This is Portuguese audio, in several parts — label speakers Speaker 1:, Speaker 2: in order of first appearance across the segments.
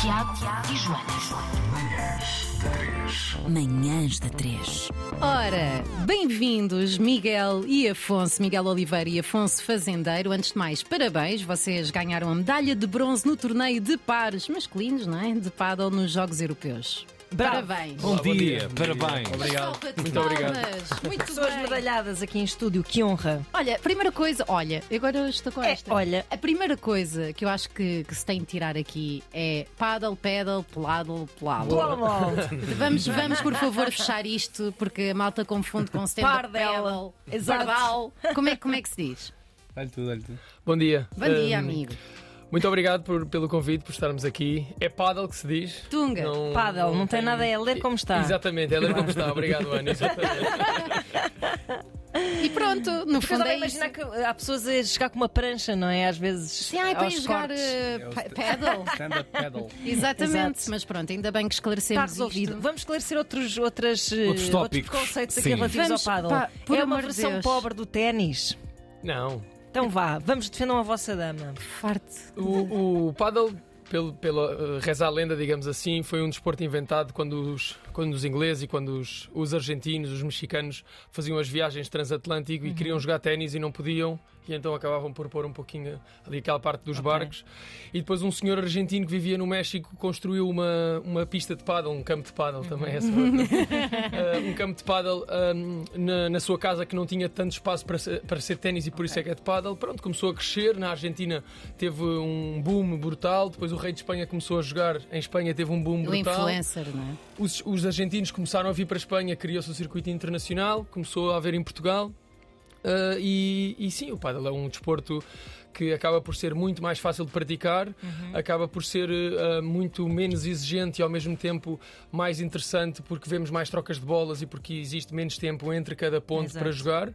Speaker 1: Tiago, Tiago e Joana. Manhãs da 3.
Speaker 2: Ora, bem-vindos Miguel e Afonso, Miguel Oliveira e Afonso Fazendeiro. Antes de mais, parabéns, vocês ganharam a medalha de bronze no torneio de pares masculinos, não é? De paddle nos Jogos Europeus. Parabéns.
Speaker 3: Bom, dia, parabéns.
Speaker 2: Obrigado. Muito obrigado. Muito
Speaker 4: Pessoas
Speaker 2: bem.
Speaker 4: medalhadas aqui em estúdio, que honra.
Speaker 2: Olha, primeira coisa, olha, agora eu estou com
Speaker 4: É,
Speaker 2: esta.
Speaker 4: olha.
Speaker 2: a primeira coisa que eu acho que, que se tem de tirar aqui é paddle, pedal, pelado, pelado. Vamos, vamos, por favor, fechar isto, porque a malta confunde com stand-up
Speaker 4: Pardel.
Speaker 2: paddle,
Speaker 4: Exato.
Speaker 2: pardal. Como é, como é que se diz?
Speaker 5: Dá-lhe tudo, dá-lhe tudo.
Speaker 3: Bom dia.
Speaker 2: Bom dia,
Speaker 3: Um,
Speaker 2: amigo.
Speaker 3: Muito obrigado por- pelo convite, por estarmos aqui. É paddle que se diz.
Speaker 2: Tunga.
Speaker 4: Paddle, não tem nada, é ler como está.
Speaker 3: Exatamente, é ler como está. Obrigado, Ana. Exatamente.
Speaker 2: E pronto, no
Speaker 4: Porque eu
Speaker 2: fundo
Speaker 4: estava a
Speaker 2: é
Speaker 4: imaginar
Speaker 2: isto.
Speaker 4: que há pessoas a chegar com uma prancha, não é? Às vezes.
Speaker 2: Sim, ai, para ir
Speaker 4: aos
Speaker 2: jogar
Speaker 4: cortes.
Speaker 2: eh,
Speaker 5: É o
Speaker 2: pa-
Speaker 5: st-
Speaker 2: paddle.
Speaker 5: Stand-up paddle.
Speaker 2: Exatamente,
Speaker 4: Exato.
Speaker 2: mas pronto, ainda bem que
Speaker 4: Está
Speaker 2: esclarecemos
Speaker 4: resolvido.
Speaker 2: isto.
Speaker 4: Vamos esclarecer outros, outras, eh,
Speaker 5: Outros
Speaker 4: outros
Speaker 5: tópicos,
Speaker 4: conceitos aqui
Speaker 5: sim.
Speaker 4: relativos
Speaker 2: Vamos,
Speaker 4: ao paddle.
Speaker 2: pá, por
Speaker 4: é uma
Speaker 2: amor de
Speaker 4: versão
Speaker 2: Deus.
Speaker 4: pobre do ténis.
Speaker 3: Não.
Speaker 4: Então vá, vamos defendam a vossa dama.
Speaker 2: Farto.
Speaker 3: O, o paddle, pelo, pela eh, reza à lenda, digamos assim, foi um desporto inventado quando os, quando os ingleses e quando os, os argentinos, os mexicanos faziam as viagens transatlântico e queriam jogar ténis e não podiam, e então acabavam por pôr um pouquinho ali aquela parte dos barcos. E depois um senhor argentino que vivia no México construiu uma, uma pista de paddle, um campo de paddle também, essa é outra. Eh, um campo de paddle ahm, na, na sua casa que não tinha tanto espaço para ser, para ser ténis e por isso é que é de paddle. Pronto, começou a crescer. Na Argentina teve um boom brutal. Depois o rei de Espanha começou a jogar. Em Espanha teve um boom
Speaker 2: O
Speaker 3: brutal.
Speaker 2: influencer, não é?
Speaker 3: Os, os argentinos começaram a vir para a Espanha, criou-se o circuito internacional, começou a haver em Portugal. Ah, e, e sim, o paddle é um desporto que acaba por ser muito mais fácil de praticar, acaba por ser ah, muito menos exigente e ao mesmo tempo mais interessante porque vemos mais trocas de bolas e porque existe menos tempo entre cada ponto
Speaker 4: Exato.
Speaker 3: para jogar.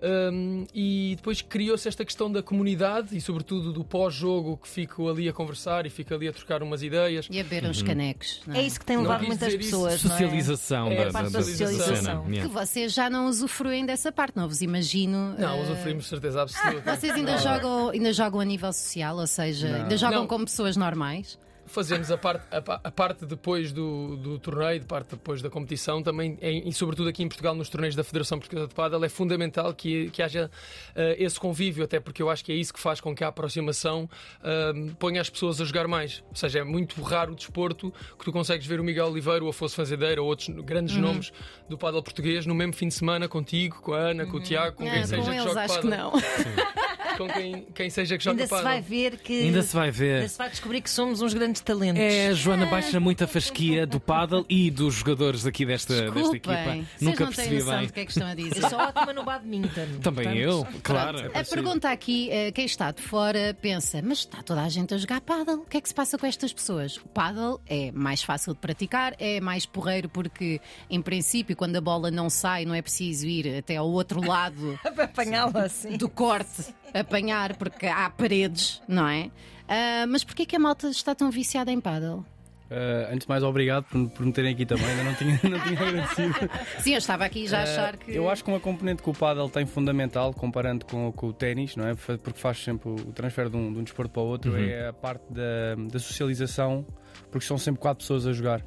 Speaker 3: Um, e depois criou-se esta questão da comunidade e, sobretudo, do pós-jogo que fico ali a conversar e fico ali a trocar umas ideias.
Speaker 2: E a beber uns canecos. não
Speaker 4: É isso que tem
Speaker 3: Não
Speaker 4: levado
Speaker 3: quis
Speaker 4: muitas
Speaker 3: dizer isso.
Speaker 4: pessoas. não é?
Speaker 6: Socialização
Speaker 3: É,
Speaker 6: da,
Speaker 3: parte
Speaker 6: da- da
Speaker 3: da
Speaker 4: socialização.
Speaker 6: cena.
Speaker 2: Que
Speaker 6: Yeah.
Speaker 2: vocês já não usufruem dessa parte, não vos imagino.
Speaker 3: Não,
Speaker 2: eh,
Speaker 3: usufruímos de certeza absoluta.
Speaker 2: Ah,
Speaker 3: Ah,
Speaker 2: Vocês ainda jogam, ainda jogam a nível social, ou seja, ainda jogam
Speaker 3: Não.
Speaker 2: como pessoas normais.
Speaker 3: Fazemos a parte, a, pa- a parte depois do, do torneio, de parte depois da competição, também, em- e sobretudo aqui em Portugal, nos torneios da Federação Portuguesa de Padel, é fundamental que, que haja eh, esse convívio, até porque eu acho que é isso que faz com que a aproximação eh, ponha as pessoas a jogar mais. Ou seja, é muito raro o desporto que tu consegues ver o Miguel Oliveira, o Afonso Fazendeira ou outros grandes
Speaker 2: Uhum.
Speaker 3: nomes do padel português no mesmo fim de semana contigo, com a Ana, com o Tiago, com quem
Speaker 2: Ah,
Speaker 3: seja
Speaker 2: com
Speaker 3: que
Speaker 2: eles
Speaker 3: joga
Speaker 2: acho que
Speaker 3: pádel.
Speaker 2: não.
Speaker 3: Com quem, quem seja que joga
Speaker 4: Ainda se
Speaker 3: pádel.
Speaker 4: vai ver que.
Speaker 6: Ainda se vai
Speaker 4: ainda
Speaker 6: ver.
Speaker 4: se vai descobrir que somos uns grandes talentos.
Speaker 6: É, a Joana baixa muito a fasquia do paddle e dos jogadores aqui desta, desta
Speaker 2: Desculpem.
Speaker 6: equipa.
Speaker 2: Vocês
Speaker 6: Nunca
Speaker 2: não têm
Speaker 6: percebi
Speaker 2: noção
Speaker 6: bem.
Speaker 2: do que é que estão a dizer.
Speaker 4: Eu sou ótima no badminton.
Speaker 6: Também
Speaker 4: portanto,
Speaker 6: eu, claro.
Speaker 2: A pergunta é aqui, eh, quem está de fora pensa, mas está toda a gente a jogar paddle, o que é que se passa com estas pessoas? O paddle é mais fácil de praticar, é mais porreiro porque, em princípio, quando a bola não sai, não é preciso ir até ao outro lado
Speaker 4: Para apanhá-la assim.
Speaker 2: do corte apanhar, porque há paredes, não é? Ah, mas porquê que a malta está tão viciada em paddle?
Speaker 5: Ah, antes de mais, obrigado por, por me terem aqui também. Ainda não tinha, não tinha agradecido.
Speaker 2: Sim, eu estava aqui
Speaker 6: Ah,
Speaker 2: já a achar que.
Speaker 5: Eu acho que uma componente que o pádel tem fundamental, comparando com, com o ténis, não é? Fa- Porque faz sempre o o transfer de um, de um desporto para o outro, é a parte da, da socialização, porque são sempre quatro pessoas a jogar.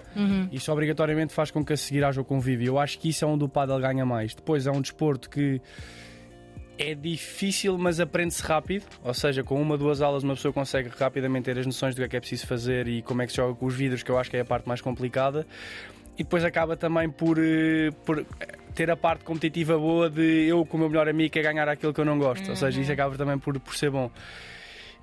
Speaker 5: Isto obrigatoriamente faz com que a seguir haja o convívio. Eu acho que isso é onde o pádel ganha mais. Depois é um desporto que é difícil, mas aprende-se rápido. Ou seja, com uma, duas aulas, uma pessoa consegue rapidamente ter as noções do que é que é preciso fazer e como é que se joga com os vidros, que eu acho que é a parte mais complicada. E depois acaba também por, eh, por ter a parte competitiva boa de eu com o meu melhor amigo é ganhar aquilo que eu não gosto. Ou seja, isso acaba também por, por ser bom.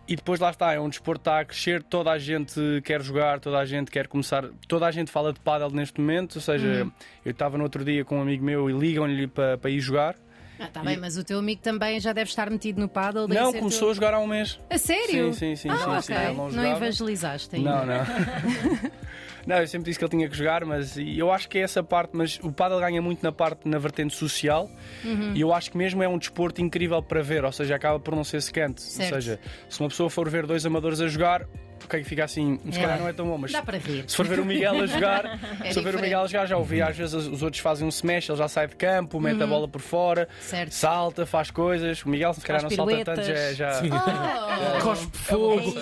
Speaker 5: E depois lá está, é um desporto que está a crescer, toda a gente quer jogar, toda a gente quer começar, toda a gente fala de paddle neste momento, ou seja, eu estava no outro dia com um amigo meu e ligam-lhe para, para ir jogar.
Speaker 2: Ah, tá bem, mas o teu amigo também já deve estar metido no paddle. daí
Speaker 5: não,
Speaker 2: ser
Speaker 5: começou a jogar há um mês.
Speaker 2: teu- A sério?
Speaker 5: Sim, sim, sim, sim,
Speaker 2: Ah,
Speaker 5: sim,
Speaker 2: ok.
Speaker 5: ele não
Speaker 2: não
Speaker 5: jogava.
Speaker 2: evangelizaste ainda.
Speaker 5: Não, não. não, eu sempre disse que ele tinha que jogar, mas e eu acho que é essa parte, mas o pádel ganha muito na parte na vertente social
Speaker 2: Uhum.
Speaker 5: e eu acho que mesmo é um desporto incrível para ver, ou seja, acaba por não ser secante.
Speaker 2: Certo.
Speaker 5: Ou seja, se uma pessoa for ver dois amadores a jogar, ok, fica assim, se
Speaker 2: É.
Speaker 5: calhar não é tão bom, mas
Speaker 2: Dá para rir.
Speaker 5: se for ver o Miguel a jogar, se for ver
Speaker 2: diferente.
Speaker 5: o Miguel a jogar, já ouvi às vezes os outros fazem um smash, ele já sai de campo, mete a bola por fora,
Speaker 2: Uhum. Certo.
Speaker 5: salta, faz coisas. O Miguel, se calhar, não
Speaker 4: Faz
Speaker 5: salta
Speaker 4: piruetas.
Speaker 5: tanto, já. é, já-
Speaker 2: Ah,
Speaker 6: Cospe fogo.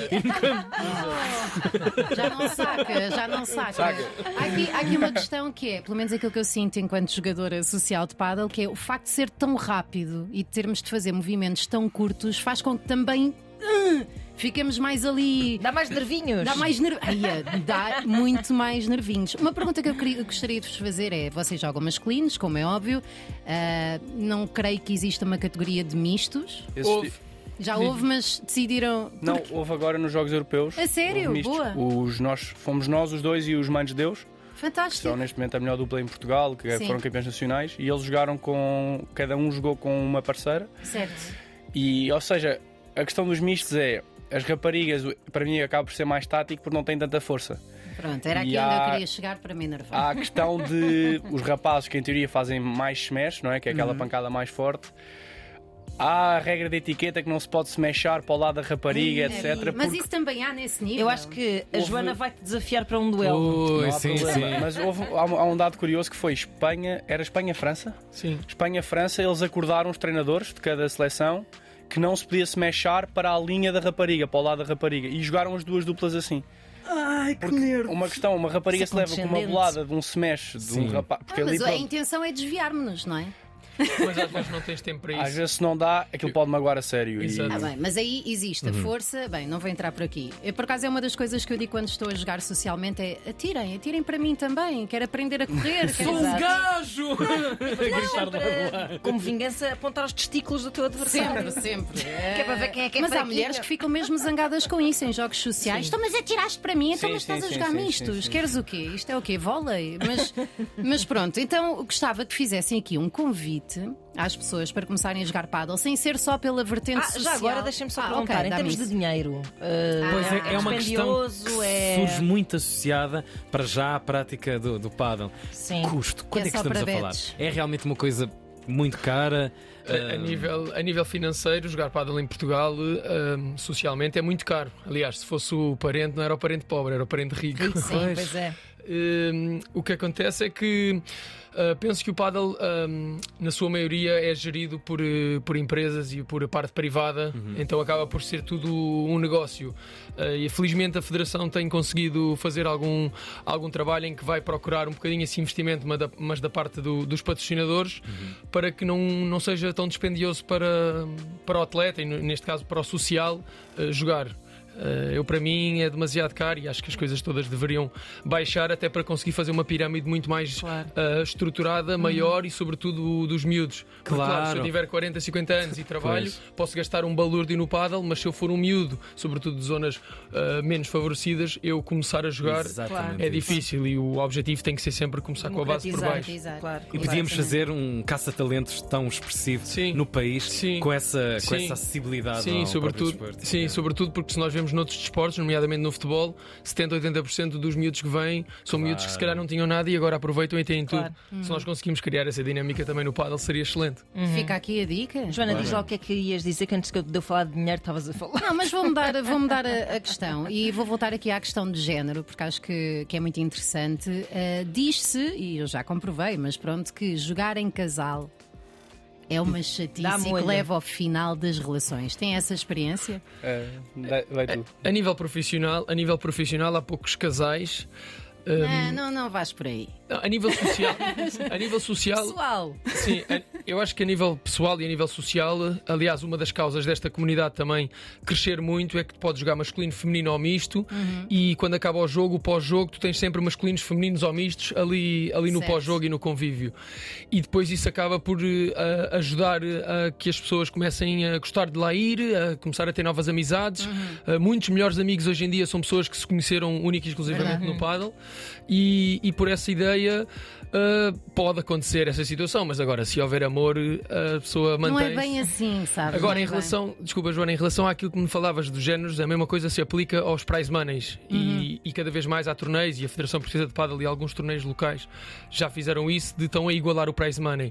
Speaker 2: Já não saca, já não saca. Há, aqui, há aqui uma questão que é, pelo menos aquilo que eu sinto enquanto jogadora social de paddle, que é o facto de ser tão rápido e de termos de fazer movimentos tão curtos faz com que também ah, fiquemos mais ali.
Speaker 4: Dá mais nervinhos.
Speaker 2: Dá mais nervinhos. Dá muito mais nervinhos. Uma pergunta que eu queria- gostaria de vos fazer é: vocês jogam masculinos, como é óbvio, ah, não creio que exista uma categoria de mistos.
Speaker 5: Esse-
Speaker 3: Houve.
Speaker 2: Já houve, mas decidiram.
Speaker 5: Não, houve agora nos Jogos Europeus.
Speaker 2: A sério?
Speaker 5: houve mistos.
Speaker 2: Boa.
Speaker 5: Os, nós, fomos nós, os dois, e os Mães de Deus, que
Speaker 2: Fantástico.
Speaker 5: são neste momento a melhor dupla em Portugal, que
Speaker 2: Sim.
Speaker 5: foram campeões nacionais, e eles jogaram com. Cada um jogou com uma parceira.
Speaker 2: Certo.
Speaker 5: E, ou seja, a questão dos mistos é. As raparigas, para mim, acaba por ser mais tático porque não têm tanta força.
Speaker 2: Pronto, era
Speaker 5: E
Speaker 2: aqui onde eu
Speaker 5: há-
Speaker 2: queria chegar para me enervar.
Speaker 5: Há a questão de os rapazes que, em teoria, fazem mais smash, não é? Que é
Speaker 2: Uhum.
Speaker 5: aquela pancada mais forte. Há a regra de etiqueta que não se pode smashar para o lado da rapariga, etc.
Speaker 2: Mas
Speaker 5: porque- Ah,
Speaker 2: isso também há nesse nível.
Speaker 4: Eu acho que a
Speaker 5: Houve-
Speaker 4: Joana vai-te desafiar para um duelo.
Speaker 5: Não
Speaker 6: Ui,
Speaker 5: há
Speaker 6: sim,
Speaker 5: problema.
Speaker 6: sim.
Speaker 5: Mas houve, há, um, há um dado curioso que foi Espanha, era Espanha-França?
Speaker 3: Sim.
Speaker 5: Espanha-França, eles acordaram os treinadores de cada seleção que não se podia se mexer para a linha da rapariga, para o lado da rapariga. E jogaram as duas duplas assim. Ai, que nervo. Uma questão, uma rapariga
Speaker 4: Isso é
Speaker 5: se leva com uma
Speaker 4: condescendente.
Speaker 5: bolada de um smash de
Speaker 6: Sim.
Speaker 5: um rapaz. Porque
Speaker 2: Ah,
Speaker 5: ali,
Speaker 2: mas a
Speaker 5: pronto,
Speaker 2: intenção é desviarmos-nos, não é?
Speaker 3: Mas às vezes não tens tempo para
Speaker 5: às
Speaker 3: isso.
Speaker 5: vezes se não dá, aquilo pode magoar a sério. E-
Speaker 3: Exato.
Speaker 2: Ah, bem, mas aí existe a
Speaker 5: Uhum.
Speaker 2: força. Bem, não vou entrar por aqui. Eu, por acaso é uma das coisas que eu digo quando estou a jogar socialmente: é atirem, atirem para mim também. Quero aprender a correr. quero...
Speaker 5: um
Speaker 4: Exato.
Speaker 6: gajo!
Speaker 4: Não, para, como vingança, apontar os testículos do teu adversário.
Speaker 2: Sempre, sempre.
Speaker 4: é para ver quem é que é
Speaker 2: Mas há
Speaker 4: fraquinho.
Speaker 2: mulheres que ficam mesmo zangadas com isso em jogos sociais. Então, mas atiraste para mim, então
Speaker 5: Sim,
Speaker 2: mas
Speaker 5: sim,
Speaker 2: estás a
Speaker 5: sim,
Speaker 2: jogar
Speaker 5: sim,
Speaker 2: mistos.
Speaker 5: sim, sim.
Speaker 2: Queres o quê? Isto é o quê? Vôlei? Mas, mas pronto, então gostava que fizessem aqui um convite às pessoas para começarem a jogar paddle sem ser só pela vertente
Speaker 4: Ah,
Speaker 2: social.
Speaker 4: já agora deixem-me só
Speaker 2: Ah, ok,
Speaker 4: perguntar, em
Speaker 2: dá-me
Speaker 4: termos de
Speaker 2: isso.
Speaker 4: dinheiro, eh,
Speaker 6: Pois é, é uma questão
Speaker 4: dispendioso,
Speaker 6: que
Speaker 4: é-
Speaker 6: surge muito associada para já à prática do, do paddle.
Speaker 4: Sim.
Speaker 6: Custo, quanto é,
Speaker 2: É
Speaker 6: que
Speaker 2: só
Speaker 6: estamos
Speaker 2: para
Speaker 6: a falar?
Speaker 2: betes.
Speaker 6: É realmente uma coisa muito cara.
Speaker 3: Eh, A, a nível, a nível financeiro, jogar pádel em Portugal eh, socialmente é muito caro. Aliás, se fosse o parente, não era o parente pobre, era o parente rico.
Speaker 4: Sim, pois é.
Speaker 3: Hum, o que acontece é que ah, penso que o paddle, hum, na sua maioria, é gerido por, eh, por empresas e por parte privada, então acaba por ser tudo um negócio. Ah, e felizmente a Federação tem conseguido fazer algum, algum trabalho em que vai procurar um bocadinho esse investimento, mas da, mas da parte do- dos patrocinadores, para que não, não seja tão dispendioso para, para o atleta e, no- neste caso, para o social eh, jogar. Uh, eu, para mim, é demasiado caro e acho que as coisas todas deveriam baixar até para conseguir fazer uma pirâmide muito mais uh, estruturada, maior e, sobretudo, dos miúdos. Porque, se
Speaker 6: Claro.
Speaker 3: eu tiver 40, 50 anos e trabalho, posso gastar um balúrdio no paddle, mas se eu for um miúdo, sobretudo de zonas uh, menos favorecidas, eu começar a jogar
Speaker 6: Exatamente
Speaker 3: é
Speaker 6: isso.
Speaker 3: difícil e o objetivo tem que ser sempre começar com a base por
Speaker 4: Democratizar.
Speaker 3: baixo.
Speaker 2: Exato.
Speaker 4: Claro,
Speaker 6: E podíamos fazer um caça-talentos tão expressivo
Speaker 3: Sim.
Speaker 6: no país
Speaker 3: Sim.
Speaker 6: com essa, com
Speaker 3: Sim.
Speaker 6: essa acessibilidade. ao
Speaker 3: Sim,
Speaker 6: próprio é.
Speaker 3: sobretudo,
Speaker 6: desporto.
Speaker 3: sim sobretudo porque se nós vemos noutros desportos, nomeadamente no futebol, 70, 80% dos miúdos que vêm são miúdos que se calhar não tinham nada e agora aproveitam e têm
Speaker 4: Claro.
Speaker 3: tudo. Se nós conseguimos criar essa dinâmica também no paddle, seria excelente.
Speaker 2: Fica aqui a dica.
Speaker 4: Joana, diz lá o que é que ias dizer que antes que eu te deu falar de dinheiro estavas a falar.
Speaker 2: Não, Ah, mas vou mudar, vou mudar a, a questão e vou voltar aqui à questão de género, porque acho que, que é muito interessante. Ah, Diz-se, e eu já comprovei, mas pronto, que jogar em casal é uma
Speaker 4: Dá
Speaker 2: chatice e que
Speaker 4: molho.
Speaker 2: leva ao final das relações. Tem essa experiência?
Speaker 5: É, vai- vai tu.
Speaker 3: A nível profissional, a nível profissional há poucos casais. Hum.
Speaker 2: Ah, não, não vais por aí.
Speaker 3: Não, A nível social, a nível social
Speaker 2: Pessoal,
Speaker 3: Sim, a- eu acho que a nível pessoal e a nível social, eh, aliás, uma das causas desta comunidade também crescer muito é que tu podes jogar masculino, feminino ou misto e quando acaba o jogo, o pós-jogo, tu tens sempre masculinos, femininos ou mistos ali, ali no
Speaker 2: Certo.
Speaker 3: pós-jogo e no convívio. E depois isso acaba por eh, a- ajudar eh, a que as pessoas comecem a gostar de lá ir, a começar a ter
Speaker 2: Uhum. Uhum.
Speaker 3: novas amizades. Eh, muitos melhores amigos hoje em dia são pessoas que se conheceram única e exclusivamente no paddle. e, e por essa ideia ah, pode acontecer essa situação, mas agora, se houver amor, eh, a pessoa mantém.
Speaker 2: Não é bem assim, sabes?
Speaker 3: Agora,
Speaker 2: Não é
Speaker 3: em
Speaker 2: bem.
Speaker 3: relação, desculpa, Joana, em relação àquilo que me falavas dos géneros, é a mesma coisa se aplica aos prize monies e, e cada vez mais há torneios e a Federação Portuguesa de Padel e alguns torneios locais já fizeram isso de estão a igualar o prize money.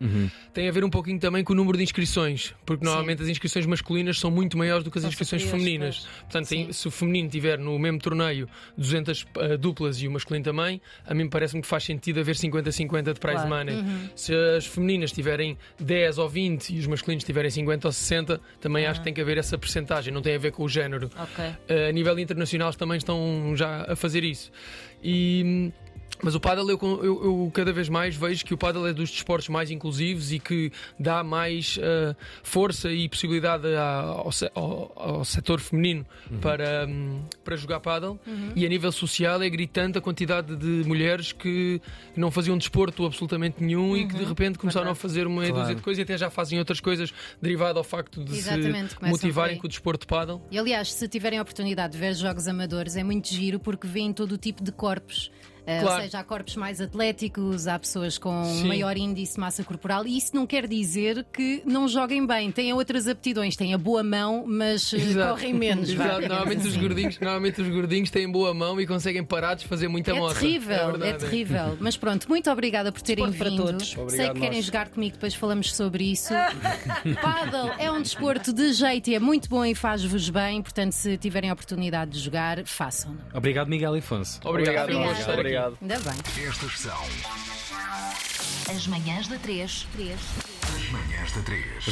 Speaker 3: Tem a ver um pouquinho também com o número de inscrições, porque normalmente as inscrições masculinas são muito maiores do que as inscrições
Speaker 4: superiores,
Speaker 3: femininas. Portanto, tem- se o feminino tiver no mesmo torneio 200 eh, duplas e o masculino também, a mim parece-me que faz sentido haver 50-50 de prize
Speaker 4: Claro.
Speaker 3: money. Se as femininas tiverem 10 ou 20 e os masculinos tiverem 50 ou 60, também acho que tem que haver essa percentagem, não tem a ver com o género.
Speaker 4: Ok.
Speaker 3: Eh, a nível internacional eles também estão já a fazer isso. E, mas o paddle eu, con- eu- eu cada vez mais vejo que o paddle é dos desportos mais inclusivos e que dá mais eh, força e possibilidade à- ao, se- ao- ao setor feminino para, hum, para jogar paddle
Speaker 2: Uhum.
Speaker 3: e a nível social é gritante a quantidade de mulheres que não faziam desporto absolutamente nenhum e
Speaker 2: Uhum.
Speaker 3: que de repente começaram a fazer uma
Speaker 6: Claro.
Speaker 3: dúzia de coisas e até já fazem outras coisas derivado ao facto de
Speaker 2: Exatamente,
Speaker 3: se
Speaker 2: começam por
Speaker 3: motivarem
Speaker 2: aí.
Speaker 3: com o desporto de paddle.
Speaker 2: E aliás, se tiverem a oportunidade de ver jogos amadores, é muito giro porque vêem todo o tipo de corpos. Ah, Ou
Speaker 3: Claro.
Speaker 2: seja, há corpos mais atléticos, há pessoas com
Speaker 3: Sim.
Speaker 2: maior índice de massa corporal, e isso não quer dizer que não joguem bem. Têm outras aptidões, têm a boa mão, mas eh,
Speaker 3: Exato.
Speaker 2: correm menos. vá,
Speaker 3: Exato.
Speaker 2: digamos
Speaker 3: Normalmente, os
Speaker 2: assim.
Speaker 3: gordinhos, normalmente os gordinhos têm boa mão e conseguem parados fazer muita
Speaker 2: É
Speaker 3: moça.
Speaker 2: terrível, é,
Speaker 3: verdade.
Speaker 2: terrível. Mas pronto, muito obrigada por terem
Speaker 4: Desporto para
Speaker 2: vindo.
Speaker 4: todos.
Speaker 2: Sei
Speaker 5: Obrigado,
Speaker 2: que querem
Speaker 5: nós.
Speaker 2: jogar comigo, depois falamos sobre isso. Paddle é um desporto de jeito e é muito bom e faz-vos bem. Portanto, se tiverem a oportunidade de jogar, façam-no.
Speaker 6: Obrigado, Miguel Afonso.
Speaker 3: Obrigado. Foi um gosto
Speaker 2: Obrigado.
Speaker 3: estar aqui.
Speaker 5: obrigado.
Speaker 2: Ainda bem.
Speaker 7: Estas são
Speaker 1: As manhãs da 3. 3.
Speaker 7: as manhãs da 3.